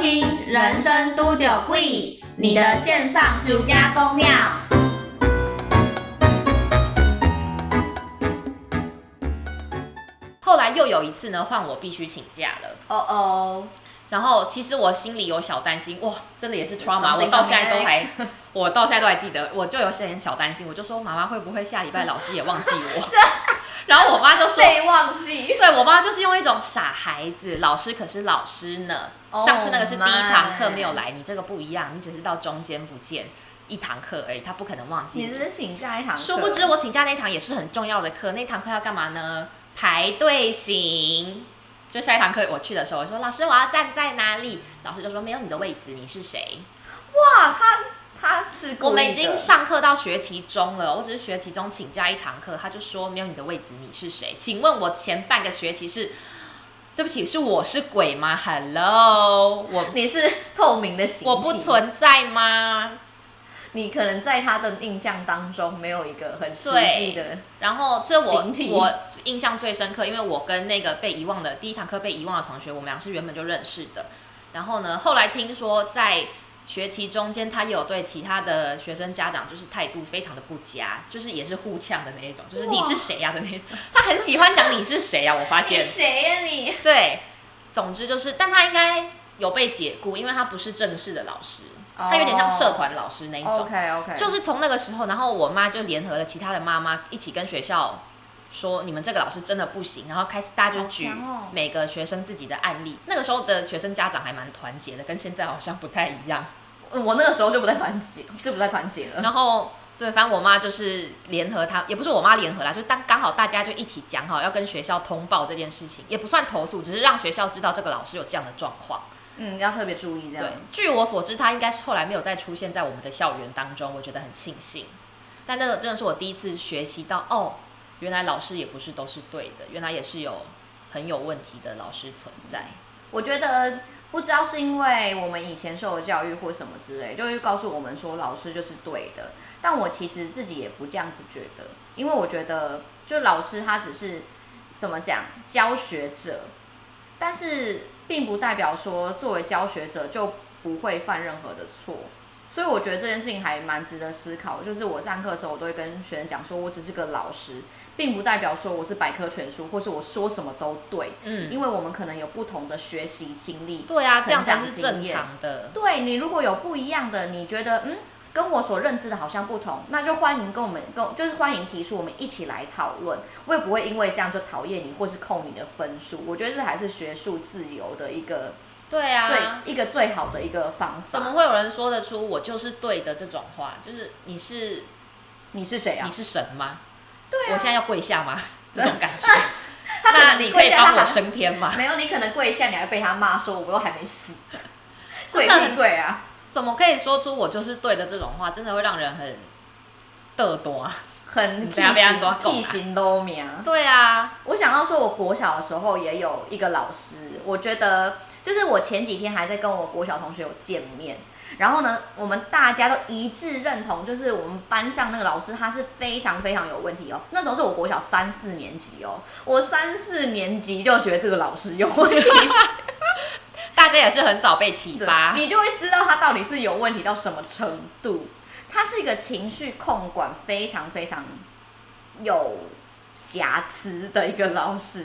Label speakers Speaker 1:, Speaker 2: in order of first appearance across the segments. Speaker 1: 听《人生都有贵》，你的线上暑假公庙。
Speaker 2: 后来又有一次呢，换我必须请假了。
Speaker 1: 哦哦，
Speaker 2: 然后其实我心里有小担心，哇，真的也是 trauma，我
Speaker 1: Something
Speaker 2: 到现在都还， 我到现在都还记得，我就有些小担心，我就说妈妈会不会下礼拜老师也忘记 我？然后我妈就说，
Speaker 1: 被忘记。
Speaker 2: 对我妈就是用一种傻孩子，老师可是老师呢。
Speaker 1: Oh
Speaker 2: 上次那个是第一堂课
Speaker 1: my
Speaker 2: 没有来，你这个不一样，你只是到中间不见一堂课而已，她不可能忘记
Speaker 1: 你
Speaker 2: 你
Speaker 1: 是请假一堂课，
Speaker 2: 殊不知我请假那堂也是很重要的课，那堂课要干嘛呢？排队行。就下一堂课我去的时候，我说老师我要站在哪里？老师就说没有你的位置，你是谁？
Speaker 1: 哇，他他是故
Speaker 2: 我
Speaker 1: 意的
Speaker 2: 们已经上课到学期中了，我只是学期中请假一堂课，他就说没有你的位置，你是谁？请问我前半个学期是，对不起，是我是鬼吗？Hello，我
Speaker 1: 你是透明的形体，
Speaker 2: 我不，存在吗？
Speaker 1: 你可能在他的印象当中没有一个很实际的，
Speaker 2: 然后这我
Speaker 1: 形体
Speaker 2: 我印象最深刻，因为我跟那个被遗忘的第一堂课被遗忘的同学，我们俩是原本就认识的。然后呢，后来听说在学期中间，他也有对其他的学生家长就是态度非常的不佳，就是也是互呛的那一种，就是
Speaker 1: 哇
Speaker 2: 你是谁呀、啊的那一种。他很喜欢讲你是谁啊呀、我发
Speaker 1: 你
Speaker 2: 现。
Speaker 1: 谁呀你？
Speaker 2: 对，总之就是，但他应该有被解雇，因为他不是正式的老师，他有点像社团老师那一种。
Speaker 1: OK OK，
Speaker 2: 就是从那个时候，然后我妈就联合了其他的妈妈一起跟学校说，你们这个老师真的不行，然后开始大家就举
Speaker 1: 好强哦
Speaker 2: 每个学生自己的案例。那个时候的学生家长还蛮团结的，跟现在好像不太一 样。
Speaker 1: 嗯我那个时候就不在团结，就不在团结了。
Speaker 2: 然后对，反正我妈就是联合她，也不是我妈联合啦，就当刚好大家就一起讲好要跟学校通报这件事情，也不算投诉，只是让学校知道这个老师有这样的状况。
Speaker 1: 嗯，要特别注意这样
Speaker 2: 对。，据我所知，他应该是后来没有再出现在我们的校园当中，我觉得很庆幸。但那个真的是我第一次学习到，哦，原来老师也不是都是对的，原来也是有很有问题的老师存在。
Speaker 1: 我觉得不知道是因为我们以前受的教育或什么之类，就是告诉我们说老师就是对的。但我其实自己也不这样子觉得，因为我觉得就老师他只是怎么讲教学者，但是并不代表说作为教学者就不会犯任何的错。所以我觉得这件事情还蛮值得思考。就是我上课的时候，我都会跟学生讲说，我只是个老师，并不代表说我是百科全书，或是我说什么都对。
Speaker 2: 嗯，
Speaker 1: 因为我们可能有不同的学习经历，
Speaker 2: 对啊，这样
Speaker 1: 成
Speaker 2: 才
Speaker 1: 长
Speaker 2: 是
Speaker 1: 经
Speaker 2: 正
Speaker 1: 验。
Speaker 2: 常的。
Speaker 1: 对你如果有不一样的，你觉得嗯，跟我所认知的好像不同，那就欢迎跟我们跟就是欢迎提出，我们一起来讨论。我也不会因为这样就讨厌你或是扣你的分数。我觉得这还是学术自由的一个
Speaker 2: 对
Speaker 1: 最、
Speaker 2: 啊，
Speaker 1: 一个最好的一个方
Speaker 2: 怎么
Speaker 1: 法。
Speaker 2: 会有人说得出我就是对的这种话？就是你是
Speaker 1: 你是谁啊
Speaker 2: 你？是神吗？
Speaker 1: 对
Speaker 2: 我
Speaker 1: 啊，
Speaker 2: 现在要跪下 吗？这种感觉。
Speaker 1: 可能
Speaker 2: 那你可
Speaker 1: 跪
Speaker 2: 以
Speaker 1: 下
Speaker 2: 帮
Speaker 1: 他
Speaker 2: 我
Speaker 1: 还
Speaker 2: 升天吗？
Speaker 1: 没有你可能跪下，你还被他骂说我都还 没死，跪
Speaker 2: 真的很
Speaker 1: 屁跪啊！
Speaker 2: 怎么可以说出我就是对的这种话？真的会让人很嘚多啊！
Speaker 1: 很
Speaker 2: 等下被他抓狗啊
Speaker 1: 屁行 low 命。
Speaker 2: 对啊，
Speaker 1: 我想到说，我国小的时候也有一个老师，我觉得就是我前几天还在跟我国小同学有见面，然后呢，我们大家都一致认同，就是我们班上那个老师他是非常非常有问题哦。那时候是我国小三四年级哦，我三四年级就觉得这个老师有问题，
Speaker 2: 大家也是很早被启发。
Speaker 1: 你就会知道他到底是有问题到什么程度。他是一个情绪控管非常非常有瑕疵的一个老师，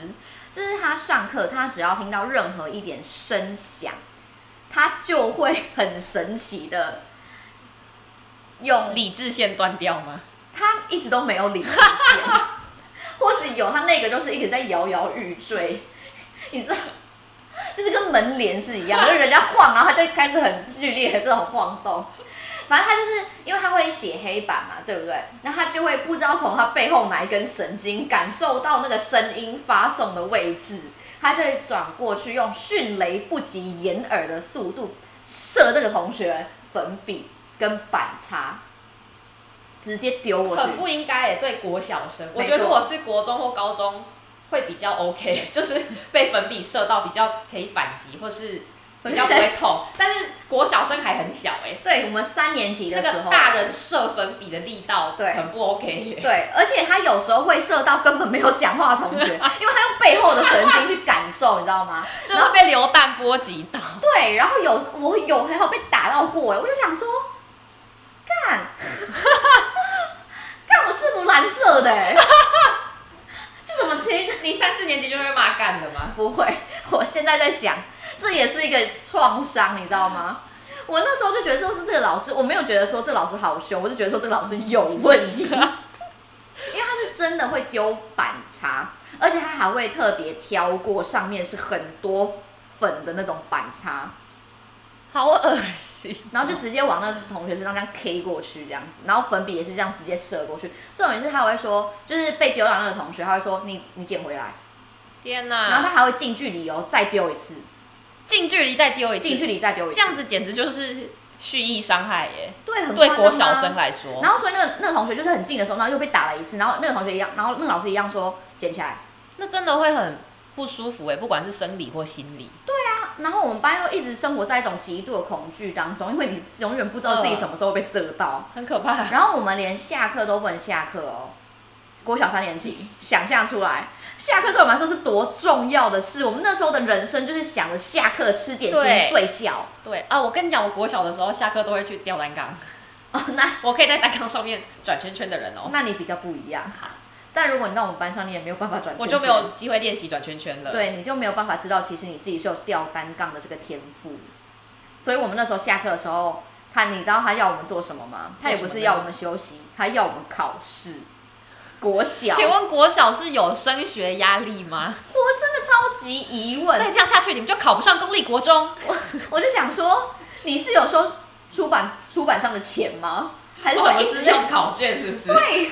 Speaker 1: 就是他上课，他只要听到任何一点声响，他就会很神奇的用
Speaker 2: 理智线断掉吗？
Speaker 1: 他一直都没有理智线，或是有他那个就是一直在摇摇欲坠， 你知道，就是跟门帘是一样，就是人家晃，然后他就开始很剧烈的这种晃动。反正他就是因为他会写黑板嘛，对不对？那他就会不知道从他背后哪一根神经感受到那个声音发送的位置，他就会转过去用迅雷不及掩耳的速度射那个同学粉笔跟板擦，直接丢过去。
Speaker 2: 很不应该耶，对国小生。我
Speaker 1: 没错
Speaker 2: 觉得如果是国中或高 中，会比较 OK，就是被粉笔射到比较可以反击，或是 比较不会痛。但是国小生还很小哎、
Speaker 1: 对我们三年级
Speaker 2: 那
Speaker 1: 的时
Speaker 2: 个
Speaker 1: 候，
Speaker 2: 大人射粉笔的力道
Speaker 1: 对
Speaker 2: 很不 OK 耶、
Speaker 1: 对，而且他有时候会射到根本没有讲话的 同学，因为他用背后的神经去感受，你知道吗？
Speaker 2: 就会被流弹波及到。
Speaker 1: 对，然后有我有还有被打到过哎，我就想说，干， 干我制服蓝色的哎，这怎么亲？
Speaker 2: 你三四年级就会骂干的吗？
Speaker 1: 不会， 我现在在想，这也是一个创伤，你知道吗？我那时候就觉得说是这个老师，我没有觉得说这老师好凶，我就觉得说这个老师有问题，因为他是真的会丢板擦，而且他还会特别挑过上面是很多粉的那种板擦，
Speaker 2: 好恶心。
Speaker 1: 然后就直接往那个同学身上这样 K 过去这样子，然后粉笔也是这样直接射过去。重点是他还会说，就是被丢到那个同学，他会说你你捡回来，
Speaker 2: 天
Speaker 1: 然后
Speaker 2: 哪！
Speaker 1: 他还会近距离哦再丢一次，
Speaker 2: 近距离再丢一次，
Speaker 1: 近距离再丢一
Speaker 2: 这
Speaker 1: 次，
Speaker 2: 样子简直就是蓄意伤害耶、
Speaker 1: 对，很
Speaker 2: 对
Speaker 1: 夸
Speaker 2: 国
Speaker 1: 张
Speaker 2: 小
Speaker 1: 啊
Speaker 2: 生来说，
Speaker 1: 然后所以那个那个同学就是很近的时候，然后又被打了一次，然后那个同学一样，然后那个老师一样说捡起来。
Speaker 2: 那真的会很不舒服哎、不管是生理或心理。
Speaker 1: 啊然后我们班又一直生活在一种极度的恐惧当中，因为你永远不知道自己什么时候会被射到。
Speaker 2: 很可怕。
Speaker 1: 然后我们连下课都不能下课哦，国小三年级，想象出来。下课对我们来说是多重要的事，我们那时候的人生就是想着下课吃点
Speaker 2: 对
Speaker 1: 心睡觉。
Speaker 2: 对啊，我跟你讲，我国小的时候下课都会去吊单杠，
Speaker 1: 哦，那
Speaker 2: 我可以在单杠上面转圈圈的人哦，
Speaker 1: 那你比较不一样。但如果你到我们班上，你也没有办法转圈圈。
Speaker 2: 我就没有机会练习转圈圈了。，
Speaker 1: 对，你就没有办法知道，其实你自己是有吊单杠的这个天赋。所以我们那时候下课的时候，他你知道他要我们做什么吗？他也不是要我们休息，他要我们考试。国 小，
Speaker 2: 请问国小是有升学压力吗？
Speaker 1: 我真的超级疑问，
Speaker 2: 再这样下去，你们就考不上公立国中。
Speaker 1: 我就想说，你是有收出版出版上的钱吗？还是什
Speaker 2: 我
Speaker 1: 么
Speaker 2: 哦一
Speaker 1: 之
Speaker 2: 直
Speaker 1: 类的？
Speaker 2: 用考卷是不是？
Speaker 1: 对，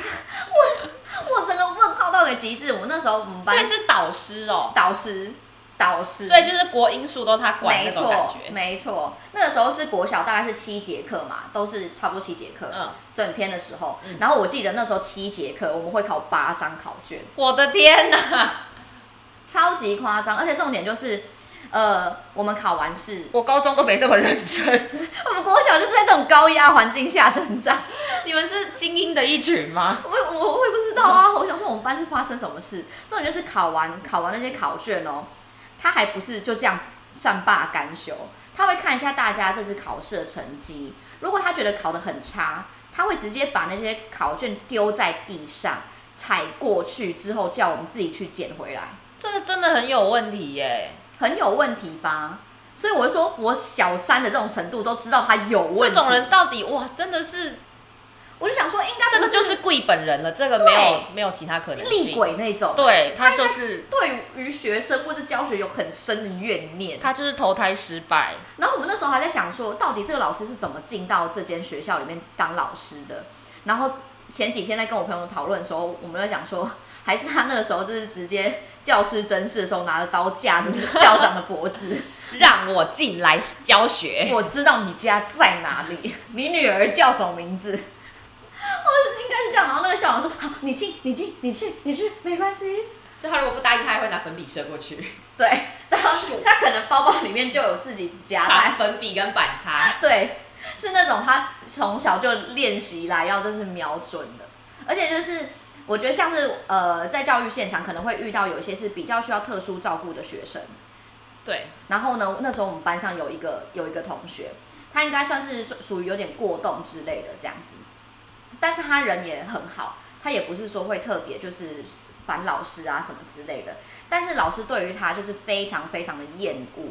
Speaker 1: 我我整个问号到一个极致。我那时候我们
Speaker 2: 所
Speaker 1: 班
Speaker 2: 以是导师哦，
Speaker 1: 导师导师，
Speaker 2: 所以就是国英数都他管
Speaker 1: 没
Speaker 2: 那种感
Speaker 1: 错，
Speaker 2: 觉。
Speaker 1: 没错。那个时候是国小，大概是七节课嘛，都是差不多七节课，
Speaker 2: 嗯，
Speaker 1: 整天的时候。
Speaker 2: 嗯
Speaker 1: 然后我记得那时候七节课，我们会考八张考卷，
Speaker 2: 我的天哪！
Speaker 1: 超级夸张。而且重点就是，呃， 我们考完试，
Speaker 2: 我高中都没那么认真。
Speaker 1: 我们国小就是在这种高压环境下成长。
Speaker 2: 你们是精英的一群吗？
Speaker 1: 我我我也不知道啊，我想说我们班是发生什么事。重点就是考完考完那些考卷哦，他还不是就这样善罢甘休，他会看一下大家这次考试的成绩，如果他觉得考得很差，他会直接把那些考卷丢在地上，踩过去之后叫我们自己去捡回来，
Speaker 2: 这个真的很有问题耶。
Speaker 1: 很有问题吧？所以我就说，我小三的这种程度都知道他有
Speaker 2: 这
Speaker 1: 问题，
Speaker 2: 种人到底哇，真的是
Speaker 1: 我就想说，应该
Speaker 2: 这个
Speaker 1: 不
Speaker 2: 就是贵本人了，这个没有没有其他可能
Speaker 1: 厉
Speaker 2: 性。
Speaker 1: 鬼那种，
Speaker 2: 对他就是
Speaker 1: 对于学生或是教学有很深的怨念。
Speaker 2: 他就是投胎失败，
Speaker 1: 然后我们那时候还在想说，到底这个老师是怎么进到这间学校里面当老师的？然后前几天在跟我朋友讨论的时候，我们就讲说，还是他那个时候就是直接教师真事的时候拿着刀架着校长的脖子，
Speaker 2: 让我进来教学。
Speaker 1: 我知道你家在哪里，你女儿叫什么名字？我应该是这样，然后那个校长说：“好，你进，你进，你去，你去，没关系。”
Speaker 2: 就他如果不答应，他还会拿粉笔射过去，
Speaker 1: 对，然后他可能包包里面就有自己夹带
Speaker 2: 擦粉笔跟板擦。
Speaker 1: 对，是那种他从小就练习来要就是瞄准的，而且就是我觉得像是呃在教育现场可能会遇到有一些是比较需要特殊照顾的学生，
Speaker 2: 对，
Speaker 1: 然后呢那时候我们班上有一个有一个同学，他应该算是属属于有点过动之类的这样子，但是他人也很好，他也不是说会特别就是烦老师啊什么之类的，但是老师对于他就是非常非常的厌恶。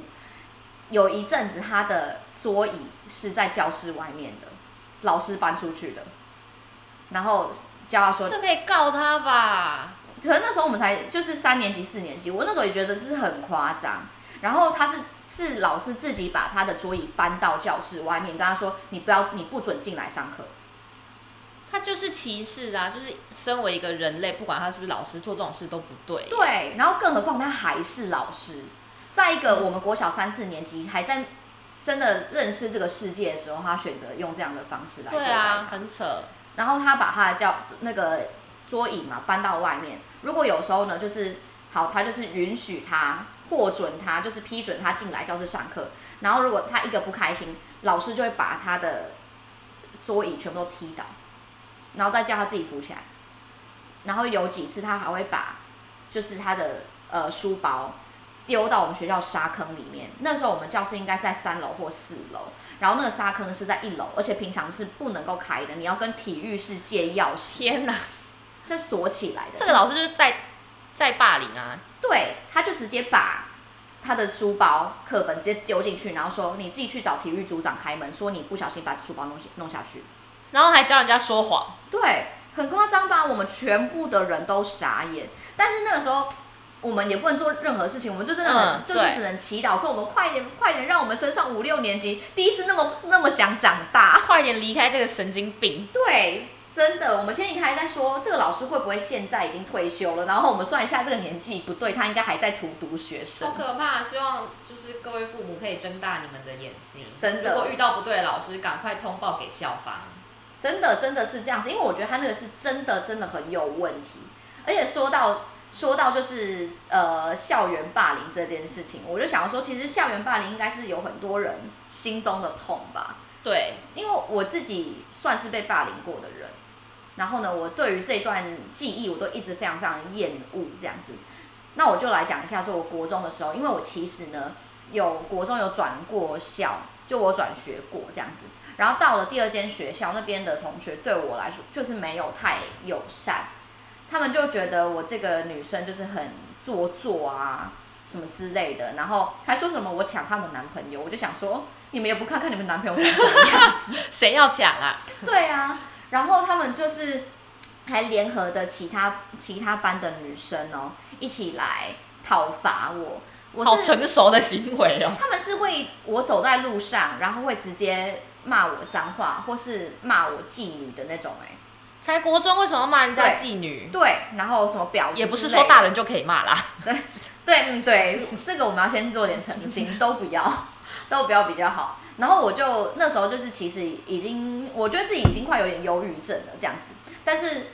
Speaker 1: 有一阵子他的桌椅是在教室外面的，老师搬出去的，然后教他说，
Speaker 2: 这可以告他吧？
Speaker 1: 可能那时候我们才就是三年级、四年级，我那时候也觉得是很夸张。然后他是是老师自己把他的桌椅搬到教室外面，跟他说：“你不要，你不准进来上课。
Speaker 2: 他就是歧视啊！就是身为一个人类，不管他是不是老师，做这种事都不”对。
Speaker 1: 对，然后更何况他还是老师。再一个，我们国小三四年级还在真的认识这个世界的时候，他选择用这样的方式来对
Speaker 2: 对
Speaker 1: 待他。
Speaker 2: 啊，很扯。
Speaker 1: 然后他把他的教那个桌椅嘛搬到外面。如果有时候呢，就是好，他就是允许他获准他，就是批准他进来教室上课。然后如果他一个不开心，老师就会把他的桌椅全部都踢倒，然后再叫他自己扶起来。然后有几次他还会把就是他的呃书包丢到我们学校沙坑里面。那时候我们教室应该是在三楼或四楼，然后那个沙坑是在一楼，而且平常是不能够开的，你要跟体育室借钥匙，
Speaker 2: 天哪，
Speaker 1: 是锁起来的。
Speaker 2: 这个老师就是在在霸凌啊！
Speaker 1: 对，他就直接把他的书包、课本直接丢进去，然后说你自己去找体育组长开门，说你不小心把书包弄下弄下去。
Speaker 2: 然后还教人家说谎，
Speaker 1: 对，很夸张吧？我们全部的人都傻眼。但是那个时候，我们也不能做任何事情，我们就真的很，
Speaker 2: 嗯
Speaker 1: 就是
Speaker 2: 对
Speaker 1: 只能祈祷，说我们快点，快点，让我们升上五六年级，第一次那么那么想长大。
Speaker 2: 啊快点离开这个神经病！
Speaker 1: 对，真的，我们前几天还在说，这个老师会不会现在已经退休了？然后我们算一下这个年纪不对，他应该还在荼毒学生。
Speaker 2: 好可怕！希望就是各位父母可以睁大你们的眼睛，
Speaker 1: 真的
Speaker 2: 如果遇到不对的老师，赶快通报给校方。
Speaker 1: 真的真的是这样子，因为我觉得他那个是真的真的很有问题。而且说到说到就是呃校园霸凌这件事情，我就想要说，其实校园霸凌应该是有很多人心中的痛吧，
Speaker 2: 对，
Speaker 1: 因为我自己算是被霸凌过的人。然后呢，我对于这段记忆我都一直非常非常厌恶这样子。那我就来讲一下，说我国中的时候，因为我其实呢有国中有转过校，就我转学过这样子。然后到了第二间学校那边的同学，对我来说就是没有太友善，他们就觉得我这个女生就是很做作啊什么之类的，然后还说什么我抢他们男朋友，我就想说你们也不看看你们男朋友长什么样子，
Speaker 2: 谁要抢啊？
Speaker 1: 对啊，然后他们就是还联合的其他其他班的女生哦，一起来讨伐我。我
Speaker 2: 好
Speaker 1: 是
Speaker 2: 成熟的行为哦！
Speaker 1: 他们是会我走在路上，然后会直接骂我脏话，或是骂我妓女的那种、哎，
Speaker 2: 才国中为什么要骂人家
Speaker 1: 对
Speaker 2: 妓女？
Speaker 1: 对，然后什么婊子之类的，
Speaker 2: 也不是说大人就可以骂啦。
Speaker 1: 对，嗯，对，这个我们要先做点澄清，都不要，都不要比较好。然后我就那时候就是其实已经，我觉得自己已经快有点忧郁症了这样子，但是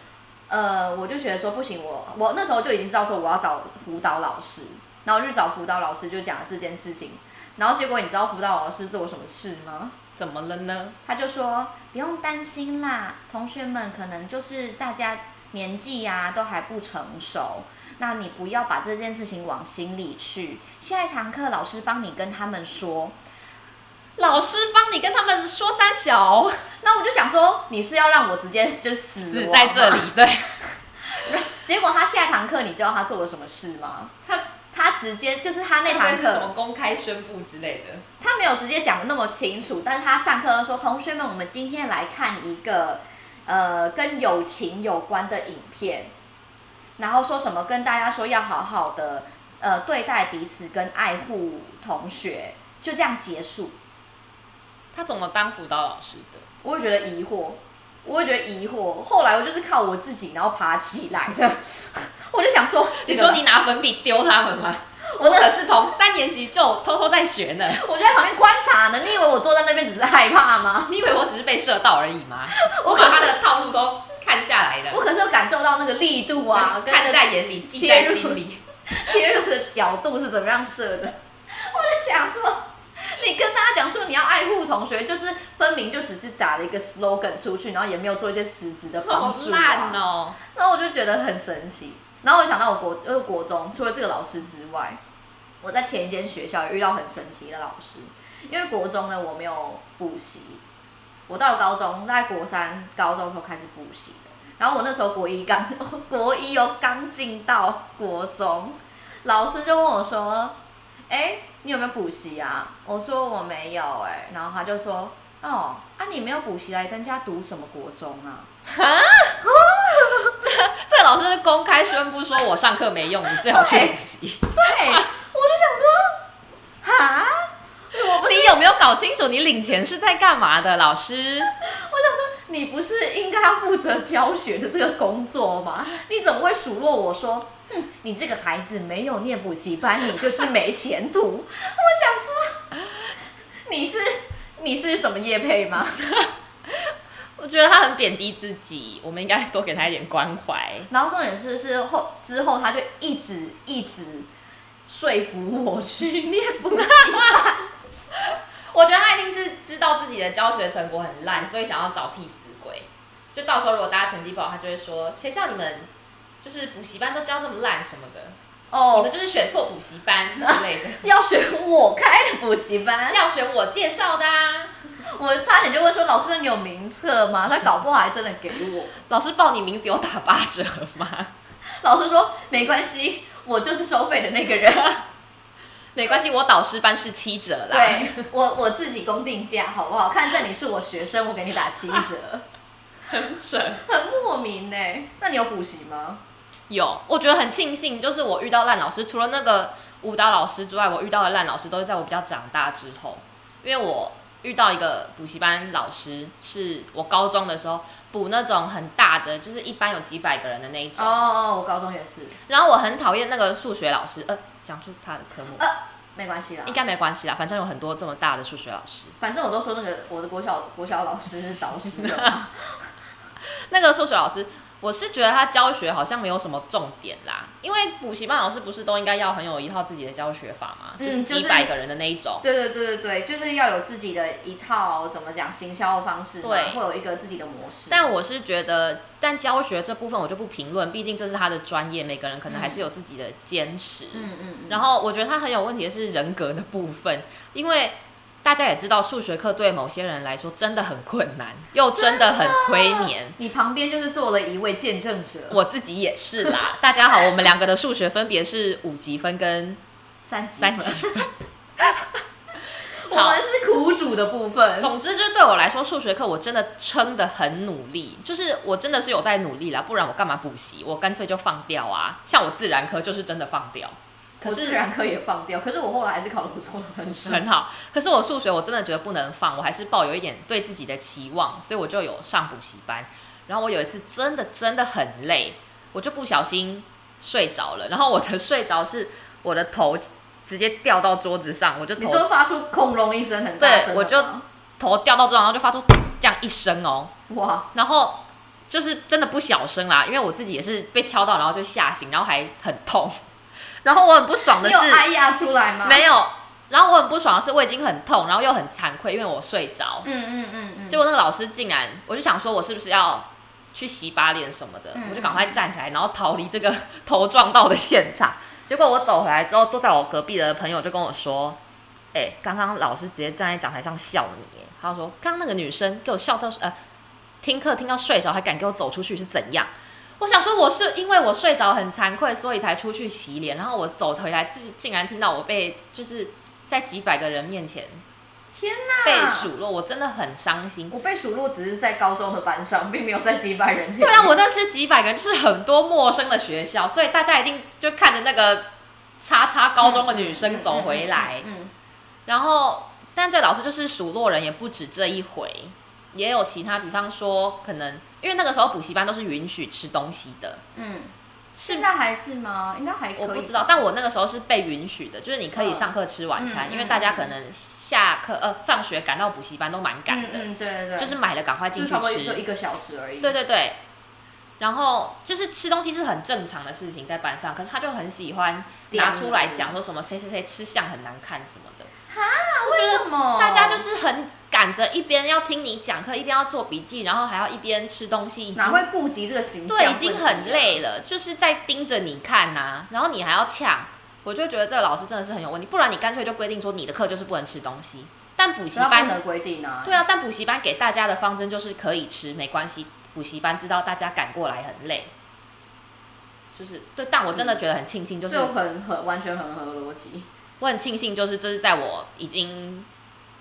Speaker 1: 呃，我就觉得说不行，我我那时候就已经知道说我要找辅导老师，然后我就找辅导老师就讲了这件事情，然后结果你知道辅导老师做什么事吗？
Speaker 2: 怎么了呢？
Speaker 1: 他就说不用担心啦，同学们可能就是大家年纪呀、都还不成熟，那你不要把这件事情往心里去。下一堂课老师帮你跟他们说。
Speaker 2: 老师帮你跟他们说三小，
Speaker 1: 那我就想说，你是要让我直接就死亡
Speaker 2: 死
Speaker 1: 吗
Speaker 2: 在这？里。对，
Speaker 1: 结果他下堂课，你知道他做了什么事吗？
Speaker 2: 他
Speaker 1: 他直接就是他
Speaker 2: 会
Speaker 1: 那
Speaker 2: 不会
Speaker 1: 堂
Speaker 2: 是什
Speaker 1: 课，
Speaker 2: 么公开宣布之类的？
Speaker 1: 他没有直接讲的那么清楚，但是他上课说：“同学们，我们今天来看一个呃跟友情有关的影片。”然后说什么跟大家说要好好的呃对待彼此跟爱护同学，就这样结束。
Speaker 2: 他怎么当辅导老师的？
Speaker 1: 我会觉得疑惑，我会觉得疑惑。后来我就是靠我自己，然后爬起来的。我就想说，
Speaker 2: 你
Speaker 1: 这个
Speaker 2: 说你拿粉笔丢他们吗？
Speaker 1: 我
Speaker 2: 我
Speaker 1: 那
Speaker 2: 可是从三年级就偷偷在学呢。
Speaker 1: 我就在旁边观察呢。你以为我坐在那边只是害怕吗？
Speaker 2: 你以为我只是被射到而已吗？
Speaker 1: 我
Speaker 2: 我
Speaker 1: 可
Speaker 2: 把
Speaker 1: 是
Speaker 2: 他的套路都看下来
Speaker 1: 我
Speaker 2: 了，
Speaker 1: 可是有感受到那个力度啊，跟那
Speaker 2: 看
Speaker 1: 个
Speaker 2: 在眼里，记
Speaker 1: 切
Speaker 2: 在
Speaker 1: 入
Speaker 2: 心里。
Speaker 1: 切入的角度是怎么样设的？我在想说，你跟大家讲说你要爱护同学，就是分明就只是打了一个 slogan 出去，然后也没有做一些实质的帮
Speaker 2: 好
Speaker 1: 助、
Speaker 2: 烂
Speaker 1: 啊。
Speaker 2: 哦！
Speaker 1: 然后我就觉得很神奇。然后我想到我国呃国中，除了这个老师之外，我在前一间学校也遇到很神奇的老师。因为国中呢，我没有补习，我到了高中，在国三、高中的时候开始补习的。然后我那时候国一刚， 国一哦刚进到国中，老师就问我说：“哎、你有没有补习啊？”我说我没有哎、然后他就说：“哦，啊你没有补习来跟人家读什么国中啊？”
Speaker 2: 这个老师公开宣布说我上课没用，你最好去补习。
Speaker 1: 对，我就想说，哈，我不是，
Speaker 2: 你有没有搞清楚你领钱是在干嘛的，老师？
Speaker 1: 我想说，你不是应该要负责教学的这个工作吗？你怎么会数落我说，哼，你这个孩子没有念补习班，你就是没前途？ 我想说，你是你是什么业配吗？
Speaker 2: 我觉得他很贬低自己，我们应该多给他一点关怀。
Speaker 1: 然后重点是是后之后他就一直一直说服我去 念补习班，
Speaker 2: 我觉得他一定是知道自己的教学成果很烂，所以想要找替死鬼。就到时候如果大家成绩不好，他就会说：“谁叫你们就是补习班都教这么烂什么的，你
Speaker 1: 哦
Speaker 2: 们，就是选错补习班之类的，
Speaker 1: 要选我开的补习班，
Speaker 2: 要选我介绍的啊。
Speaker 1: 我差点就问说老师你有名册吗？他搞不好还真的给我。”
Speaker 2: 老师报你名字有打八折吗？
Speaker 1: 老师说没关系，我就是收费的那个人，
Speaker 2: 没关系，我导师班是七折 啦。
Speaker 1: 对我我自己公定价好不好？看在你是我学生，我给你打七折，
Speaker 2: 很准。
Speaker 1: 很莫名呢、那你有补习吗？
Speaker 2: 有，我觉得很庆幸，就是我遇到烂老师，除了那个舞蹈老师之外，我遇到的烂老师都是在我比较长大之后，因为我遇到一个补习班老师，是我高中的时候补那种很大的，就是一班有几百个人的那一种。
Speaker 1: 哦哦，我高中也是，
Speaker 2: 然后我很讨厌那个数学老师，呃，讲出他的科目、
Speaker 1: 呃，没关系啦
Speaker 2: 应，该没关系啦，反正有很多这么大的数学老师。
Speaker 1: 反正我都说那个我的国小国小老师是导师的嘛，
Speaker 2: 那个数学老师，我是觉得他教学好像没有什么重点啦，因为补习班老师不是都应该要很有一套自己的教学法嘛，
Speaker 1: 嗯
Speaker 2: 就是
Speaker 1: 就
Speaker 2: 几
Speaker 1: 是
Speaker 2: 百个人的那一种。
Speaker 1: 对对对对对，就是要有自己的一套怎么讲行销的方式嘛，
Speaker 2: 对
Speaker 1: 会有一个自己的模式。嗯
Speaker 2: 但我是觉得，但教学这部分我就不评论，毕竟这是他的专业，每个人可能还是有自己的坚持。
Speaker 1: 嗯嗯嗯，
Speaker 2: 然后我觉得他很有问题的是人格的部分，因为大家也知道，数学课对某些人来说真的很困难，又真的啊很催眠。
Speaker 1: 你旁边就是坐了一位见证者，
Speaker 2: 我自己也是啦， 大家好，我们两个的数学分别是五级分跟
Speaker 1: 三级
Speaker 2: 三
Speaker 1: 分，
Speaker 2: 级
Speaker 1: 我们是苦主的 部分。
Speaker 2: 总之，就是对我来说，数学课我真的撑得很努力，就是我真的是有在努力啦，不然我干嘛补习？我干脆就放掉啊！像我自然科就是真的放掉，可
Speaker 1: 我自
Speaker 2: 是
Speaker 1: 然科也放掉，可是我后来还是考了不错的分数。
Speaker 2: 很好。可是我数学我真的觉得不能放，我还是抱有一点对自己的期望，所以我就有上补习班。然后我有一次真的真的很累，我就不小心睡着了，然后我的睡着是我的头直接掉到桌子上，我就
Speaker 1: 你
Speaker 2: 头
Speaker 1: 说发出恐龙一声很大
Speaker 2: 对
Speaker 1: 声的吗，
Speaker 2: 我就头掉到桌上，然后就发出这样一声哦。
Speaker 1: 哇，
Speaker 2: 然后就是真的不小声啦，因为我自己也是被敲到，然后就吓醒，然后还很痛。然后我很不爽的
Speaker 1: 你有
Speaker 2: 是
Speaker 1: 哎呀出来吗？
Speaker 2: 没有，然后我很不爽的是我已经很痛，然后又很惭愧，因为我睡着。
Speaker 1: 嗯嗯嗯嗯，
Speaker 2: 结果那个老师竟然，我就想说我是不是要去洗把脸什么的，
Speaker 1: 嗯
Speaker 2: 我就赶快站起来，然后逃离这个 头撞到的现场。结果我走回来之后，坐在我隔壁的朋友就跟我说：“哎、刚刚老师直接站在讲台上笑你。”他说：“刚刚那个女生给我笑到呃，听课听到睡着，还敢给我走出去是怎样？”我想说，我是因为我睡着很惭愧，所以才出去洗脸。然后我走回来，竟竟然听到我被就是在几百个人面前
Speaker 1: 天哪，
Speaker 2: 被数落，我真的很伤心。
Speaker 1: 我被数落只是在高中的班上，并没有在几百人前。
Speaker 2: 对啊，我那是几百个人，就是很多陌生的学校，所以大家一定就看着那个叉叉高中的女生走回来，
Speaker 1: 嗯，嗯嗯嗯嗯
Speaker 2: 然后但这老师就是数落人，也不止这一回，也有其他，比方说可能因为那个时候补习班都是允许吃东西的，
Speaker 1: 嗯嗯
Speaker 2: 是
Speaker 1: 现在还是吗？应该还可以
Speaker 2: 我
Speaker 1: 吧，
Speaker 2: 不知道，但我那个时候是被允许的，就是你可以上课吃晚餐，
Speaker 1: 嗯嗯
Speaker 2: 因为大家可能下课呃放学赶到补习班都蛮赶
Speaker 1: 嗯
Speaker 2: 的，
Speaker 1: 嗯，对对对，
Speaker 2: 就是买了赶快进
Speaker 1: 就是
Speaker 2: 去
Speaker 1: 差不多
Speaker 2: 吃，
Speaker 1: 就一个小时而已。
Speaker 2: 对对对，然后就是吃东西是很正常的事情在班上，可是他就很喜欢拿出来讲说什么谁谁谁吃相很难看什么的，
Speaker 1: 啊，为什么
Speaker 2: 大家就是很赶着一边要听你讲课，一边要做笔记，然后还要一边吃东西，已经
Speaker 1: 哪会顾及这个形象？啊
Speaker 2: 对已经很。累了，就是在盯着你看呐、然后你还要呛，我就觉得这个老师真的是很有问题，不然你干脆就规定说你的课就是不能吃东西，但补习
Speaker 1: 只要
Speaker 2: 班
Speaker 1: 不能规定啊，
Speaker 2: 对啊，但补习班给大家的方针就是可以吃，没关系。补习班知道大家赶过来很累，就是对，但我真的觉得很庆幸，就是
Speaker 1: 就很合，完全很合逻辑。
Speaker 2: 我很庆幸，就是这是在我已经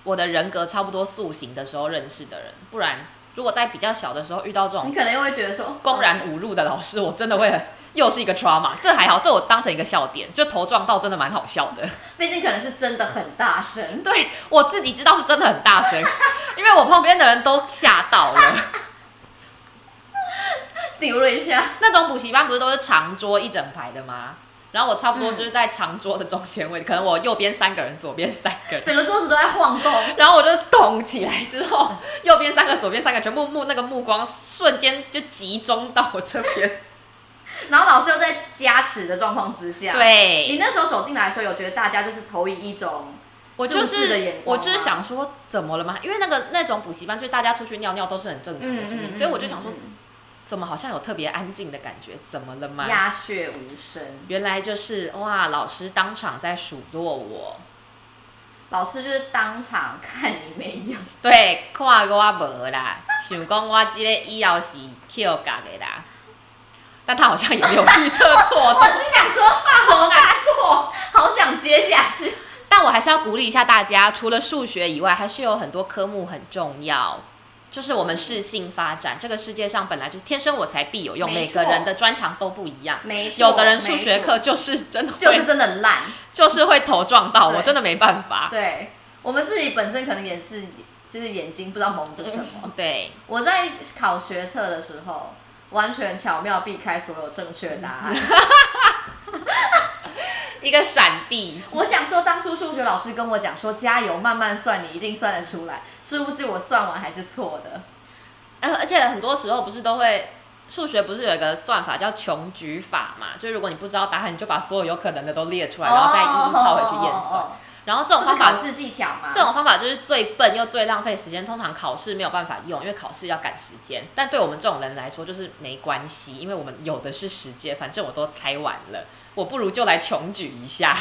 Speaker 2: 我的人格差不多塑形的时候认识的人，不然如果在比较小的时候遇到这
Speaker 1: 你
Speaker 2: 种
Speaker 1: 可能又会觉得说，
Speaker 2: 哦
Speaker 1: 哦
Speaker 2: 公然侮辱的老师，我真的会很又是一个 trauma。这还好，这我当成一个笑点，就头撞到真的蛮好笑的。
Speaker 1: 毕竟可能是真的很大声。
Speaker 2: 对我自己知道是真的很大声，因为我旁边的人都吓到了。
Speaker 1: 丢了一下，
Speaker 2: 那种补习班不是都是长桌一整排的吗？然后我差不
Speaker 1: 嗯
Speaker 2: 多就是在长桌的中间位，可能我右边三个人，左边三个人，
Speaker 1: 整个桌子都在晃动，
Speaker 2: 然后我就动起来之后，右边三个，左边三个，全部目那个目光瞬间就集中到我这 边。
Speaker 1: 然后老师又在加持的状况之下，，你
Speaker 2: 对，
Speaker 1: 那时候走进来的时候，有觉得大家就是投以一种
Speaker 2: 我就
Speaker 1: 注视的眼
Speaker 2: 是
Speaker 1: 光啊
Speaker 2: 我就是想说怎么了嘛？因为那个那种补习班，就是大家出去尿尿都是很正常的事
Speaker 1: 嗯
Speaker 2: 情，所以我就想说，怎么好像有特别安静的感觉？怎么了嘛？
Speaker 1: 鸦雀无声，
Speaker 2: 原来就是哇，老师当场在数落我，
Speaker 1: 老师就是当场看你没用，
Speaker 2: 对，看我无啦，想讲我这个以后是 Q 角的啦，但他好像也没有预测错
Speaker 1: 我只想说话好难过，好想接下去。
Speaker 2: 但我还是要鼓励一下大家，除了数学以外，还是有很多科目很重要。就是我们适性发展，这个世界上本来就天生我材必有用，
Speaker 1: 没
Speaker 2: 每
Speaker 1: 错
Speaker 2: 个人的专长都不一样。
Speaker 1: 没错，
Speaker 2: 有的人数学
Speaker 1: 没错
Speaker 2: 课就是真的会
Speaker 1: 就是真的烂，
Speaker 2: 就是会头撞到，我
Speaker 1: 对
Speaker 2: 真的没办法。
Speaker 1: 对我们自己本身可能也是，就是眼睛不知道蒙着什么。
Speaker 2: 对，
Speaker 1: 我在考学测的时候，完全巧妙避开所有正确答案。
Speaker 2: 一个闪避，
Speaker 1: 我想说，当初数学老师跟我讲说加油，慢慢算，你一定算得出来。是不是我算完还是错的？
Speaker 2: 呃，而且很多时候不是都会，数学不是有一个算法叫穷举法嘛？就是如果你不知道答案，你就把所有有可能的都列出来，然后再一一套回去验算。
Speaker 1: 哦哦哦哦
Speaker 2: 然后这种
Speaker 1: 这
Speaker 2: 方
Speaker 1: 是考
Speaker 2: 法，
Speaker 1: 试技巧嘛？
Speaker 2: 这种方法就是最笨又最浪费时间，通常考试没有办法用，因为考试要赶时间。但对我们这种人来说，就是没关系，因为我们有的是时间，反正我都猜完了，我不如就来穷举一下。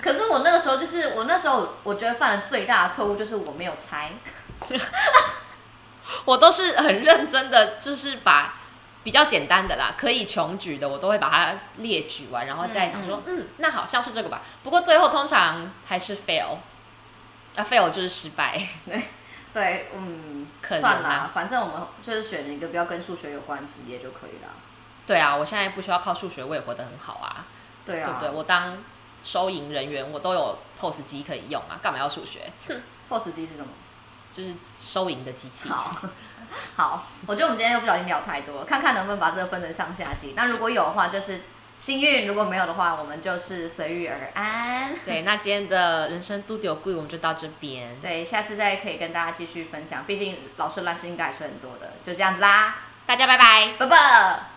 Speaker 1: 可是我那个时候就是，我那时候我觉得犯了最大的错误就是我没有猜。
Speaker 2: 我都是很认真的，就是把比较简单的啦，可以穷举的，我都会把它列举完，然后再想说，嗯那好像是这个吧。不过最后通常还是 fail，啊 fail 就是失败，
Speaker 1: 对，嗯，
Speaker 2: 可能
Speaker 1: 算啦
Speaker 2: 啊，
Speaker 1: 反正我们就是选一个不要跟数学有关的职业就可以啦。
Speaker 2: 对啊，我现在不需要靠数学，我也活得很好啊，
Speaker 1: 对
Speaker 2: 对
Speaker 1: 啊，
Speaker 2: 不对？我当收银人员，我都有 POS 机可以用啊，干嘛要数学？
Speaker 1: POS 机是什么？
Speaker 2: 就是收银的机器。
Speaker 1: 好， 好，我觉得我们今天又不小心聊太多了，看看能不能把这个分成上下集。那如果有的话，就是幸运；如果没有的话，我们就是随遇而安。
Speaker 2: 对，那今天的人生都丢贵，我们就到这边。
Speaker 1: 对，下次再可以跟大家继续分享，毕竟老师烂事应该还是很多的，就这样子啦，
Speaker 2: 大家拜拜。
Speaker 1: 拜拜。